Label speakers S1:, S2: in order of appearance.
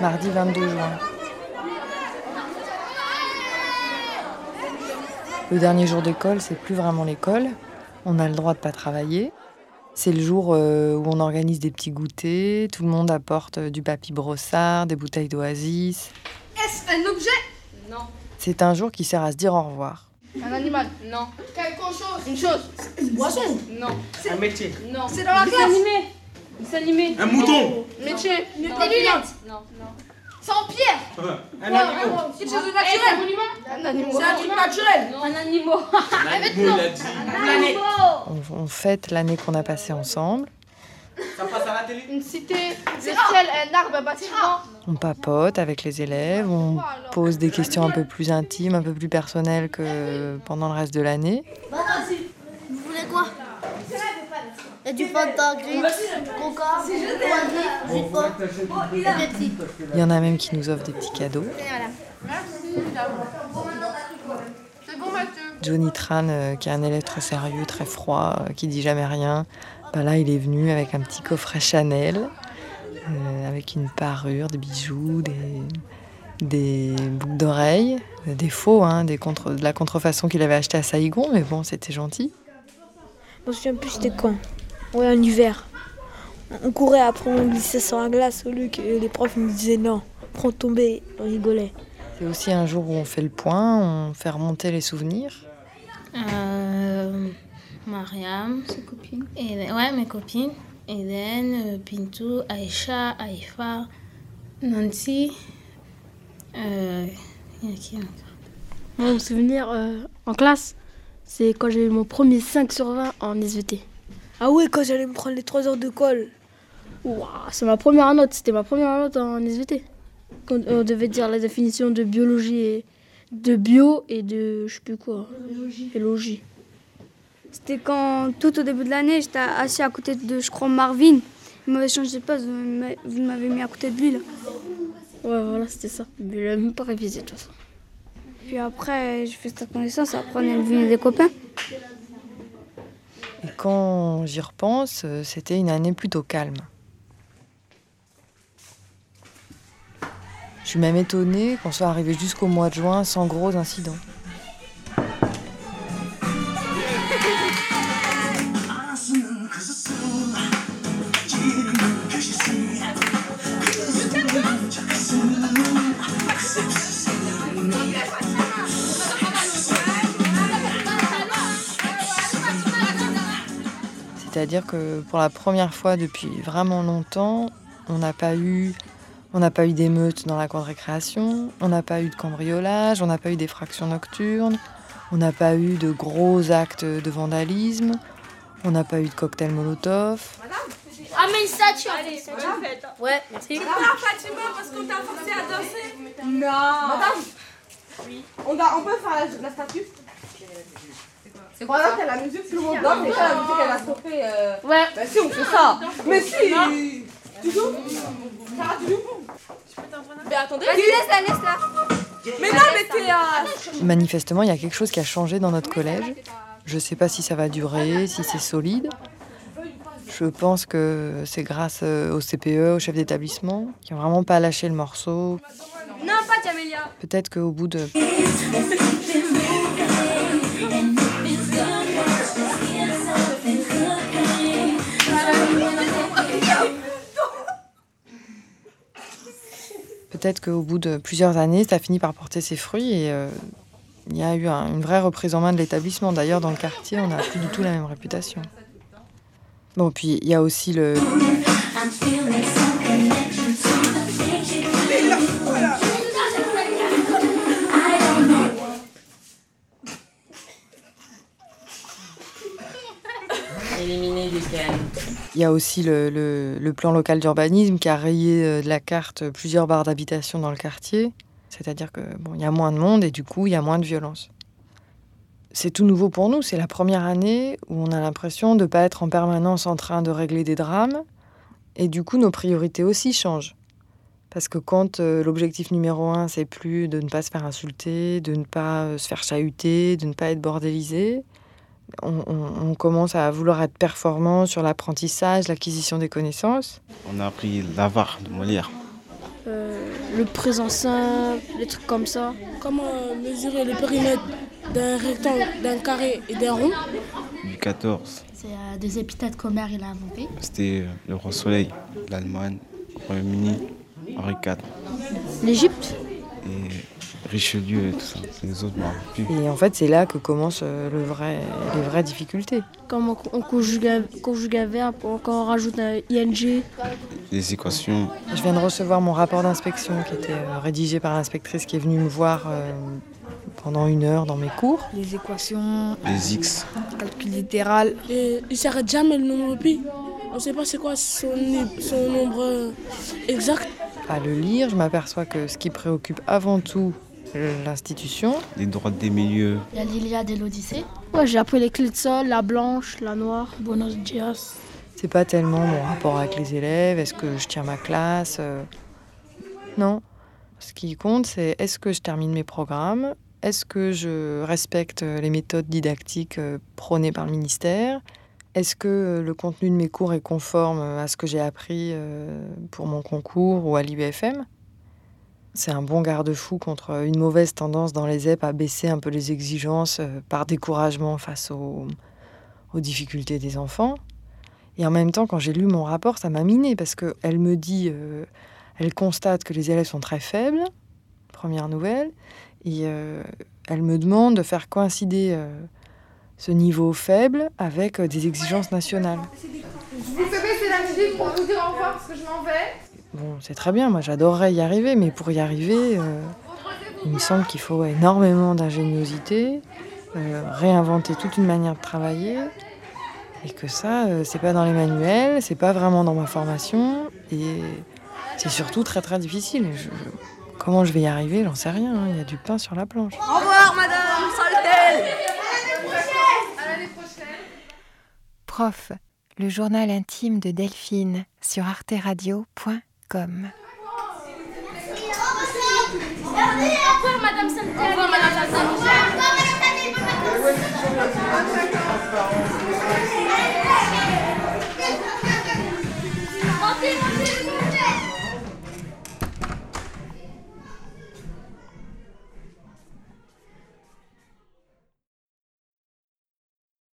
S1: mardi 22 juin. Le dernier jour d'école, c'est plus vraiment l'école. On a le droit de pas travailler. C'est le jour euh, où on organise des petits goûters, tout le monde apporte euh, du papy brossard, des bouteilles d'oasis.
S2: Est-ce un objet
S3: Non.
S1: C'est un jour qui sert à se dire au revoir.
S3: Un animal Non.
S2: Quelque chose
S3: Une chose
S2: Une boisson
S3: Non.
S4: Un métier.
S3: Non.
S2: C'est dans la
S3: Dessin
S2: classe
S3: animé. Dessin animé.
S4: Un mouton.
S3: Métier.
S2: Des
S3: Non.
S2: lunettes
S3: Non. Non.
S2: Sans pierre
S4: Un animal.
S2: C'est une chose
S3: Eh, un
S2: naturelle
S3: monument
S2: Un truc naturel
S3: Non. Un animal.
S4: Un animal, il a dit.
S2: Planète
S1: On, on fête l'année qu'on a passée ensemble,
S4: Ça passe à la télé
S5: Une cité, le ciel, un arbre, un bâtiment.
S1: on papote avec les élèves, on pose des questions un peu plus intimes, un peu plus personnelles que pendant le reste de l'année.
S6: Vous voulez quoi Il y a du Fanta gris, Coca, Coca gris, Coca, Pepsi.
S1: Il y en a même qui nous offrent des petits cadeaux.
S5: C'est bon, Mathieu.
S1: Johnny Tran, euh, qui est un élève très sérieux, très froid, euh, qui dit jamais rien, bah là il est venu avec un petit coffret Chanel, euh, avec une parure, des bijoux, des, des boucles d'oreilles, euh, des faux, hein, des contre, de la contrefaçon qu'il avait acheté à Saigon, mais bon, c'était gentil.
S7: Je me souviens plus c'était quand. Ouais, en hiver. On courait, après on glissait sur la glace au lieu que les profs nous disaient non, prends tomber, on rigolait.
S1: C'est aussi un jour où on fait le point, on fait remonter les souvenirs.
S8: Euh, Mariam, ses copines. Et, ouais, mes copines. Eden, euh, Pintou, Aïcha, Aïfa, Nancy. Euh, il y a qui encore
S7: Mon souvenir euh, en classe, c'est quand j'ai eu mon premier 5 sur 20 en SVT. Ah ouais, quand j'allais me prendre les 3 heures de colle. Ouah, c'est ma première note, c'était ma première note en SVT. Quand on devait dire la définition de biologie et de bio et de je sais plus quoi. Et logie.
S9: C'était quand, tout au début de l'année, j'étais assis à côté de, je crois, Marvin. Il m'avait changé de poste, vous m'avez- vous m'avez mis à côté de lui. là.
S7: Ouais, voilà, c'était ça. Mais je l'ai même pas révisé de toute façon.
S9: Puis après, j'ai fait cette connaissance, après on est devenus des copains.
S1: Et quand j'y repense, euh, c'était une année plutôt calme. Je suis même étonnée qu'on soit arrivé jusqu'au mois de juin sans gros incidents. C'est-à-dire que pour la première fois depuis vraiment longtemps, on n'a pas eu, on n'a pas eu d'émeutes dans la cour de récréation, on n'a pas eu de cambriolage, on n'a pas eu d'effraction nocturne, on n'a pas eu de gros actes de vandalisme, on n'a pas eu de cocktail Molotov.
S6: Amène ça, tu as Ouais, merci.
S2: Fatima, parce qu'on t'a forcé à danser Non Madame Oui On, on peut faire la, statue c'est quoi ça la musique, tout le monde danse, et la musique, elle a stoppé.
S5: Ouais.
S2: Bah si, on fait ça Mais si Tu joues Sarah, tu joues Mais attendez
S9: Vas-y, laisse-la, laisse-la
S2: Mais non, mais t'es à...
S1: Manifestement, il y a quelque chose qui a changé dans notre collège. Je ne sais pas si ça va durer, si c'est solide. Je pense que c'est grâce euh, au CPE, au chef d'établissement, qui n'ont vraiment pas lâché le morceau.
S9: Non, pas Camélia
S1: Peut-être qu'au bout de peut-être qu'au bout de plusieurs années, ça finit par porter ses fruits et euh, il y a eu un- une vraie reprise en main de l'établissement. D'ailleurs, dans le quartier, on n'a plus du tout la même réputation. Bon, puis il y a aussi le,
S3: Éliminer des cannes.
S1: il y a aussi le, le- le plan local d'urbanisme qui a rayé euh, de la carte plusieurs barres d'habitation dans le quartier. C'est-à-dire que bon, il y a moins de monde et du coup, il y a moins de violence. C'est tout nouveau pour nous. C'est la première année où on a l'impression de ne pas être en permanence en train de régler des drames. Et du coup, nos priorités aussi changent. Parce que quand euh, l'objectif numéro un, c'est plus de ne pas se faire insulter, de ne pas euh, se faire chahuter, de ne pas être bordélisé, on, on- on commence à vouloir être performant sur l'apprentissage, l'acquisition des connaissances.
S10: On a appris l'avare de Molière.
S7: Euh, le présent simple, les trucs comme ça.
S10: Comment mesurer le périmètre d'un rectangle, d'un carré et d'un rond
S11: 14.
S12: C'est euh, des épithètes qu'Homer il a inventé.
S11: C'était euh, le roi soleil, l'Allemagne, le Royaume-Uni, Henri IV
S7: L'Égypte
S11: et Richelieu et tout ça. Les autres, je m'en rappelle plus.
S1: Et en fait, c'est là que commencent euh, le vrai, les vraies difficultés.
S7: Comment on, on conjugue, un, conjugue un verbe, encore on rajoute un ing.
S11: Les équations.
S1: Je viens de recevoir mon rapport d'inspection qui était euh, rédigé par l'inspectrice qui est venue me voir euh, pendant une heure dans mes cours.
S13: Les équations.
S11: Les x.
S13: Calcul littéral.
S10: Et il s'arrête jamais le nombre pi. On ne sait pas c'est quoi son, son nombre Euh, exact.
S1: À le lire, je m'aperçois que ce qui préoccupe avant tout l'institution,
S11: Les droites des milieux.
S12: Il y a l'Iliade et l'Odyssée.
S7: Ouais, j'ai appris les clés de sol, la blanche, la noire. Buenos dias.
S1: c'est pas tellement mon rapport avec les élèves, est-ce que je tiens ma classe euh, Non. Ce qui compte, c'est est-ce que je termine mes programmes Est-ce que je respecte les méthodes didactiques euh, prônées par le ministère Est-ce que euh, le contenu de mes cours est conforme à ce que j'ai appris euh, pour mon concours ou à l'IBFM C'est un bon garde-fou contre une mauvaise tendance dans les EP à baisser un peu les exigences euh, par découragement face aux, aux difficultés des enfants. Et en même temps, quand j'ai lu mon rapport, ça m'a miné parce qu'elle me dit, euh, elle constate que les élèves sont très faibles, première nouvelle, et euh, elle me demande de faire coïncider euh, ce niveau faible avec euh, des exigences nationales.
S5: Je vous fais baisser la musique pour vous dire au revoir parce que je m'en vais.
S1: Bon, c'est très bien, moi j'adorerais y arriver, mais pour y arriver, euh, il me semble qu'il faut énormément d'ingéniosité, euh, réinventer toute une manière de travailler, et que ça, euh, c'est pas dans les manuels, c'est pas vraiment dans ma formation, et c'est surtout très très difficile. Je- je- comment je vais y arriver, j'en sais rien, hein, il y a du pain sur la planche.
S5: Au revoir, madame Saltel. À l'année prochaine.
S14: Prof, le journal intime de Delphine sur arteradio.com.
S5: Au revoir, madame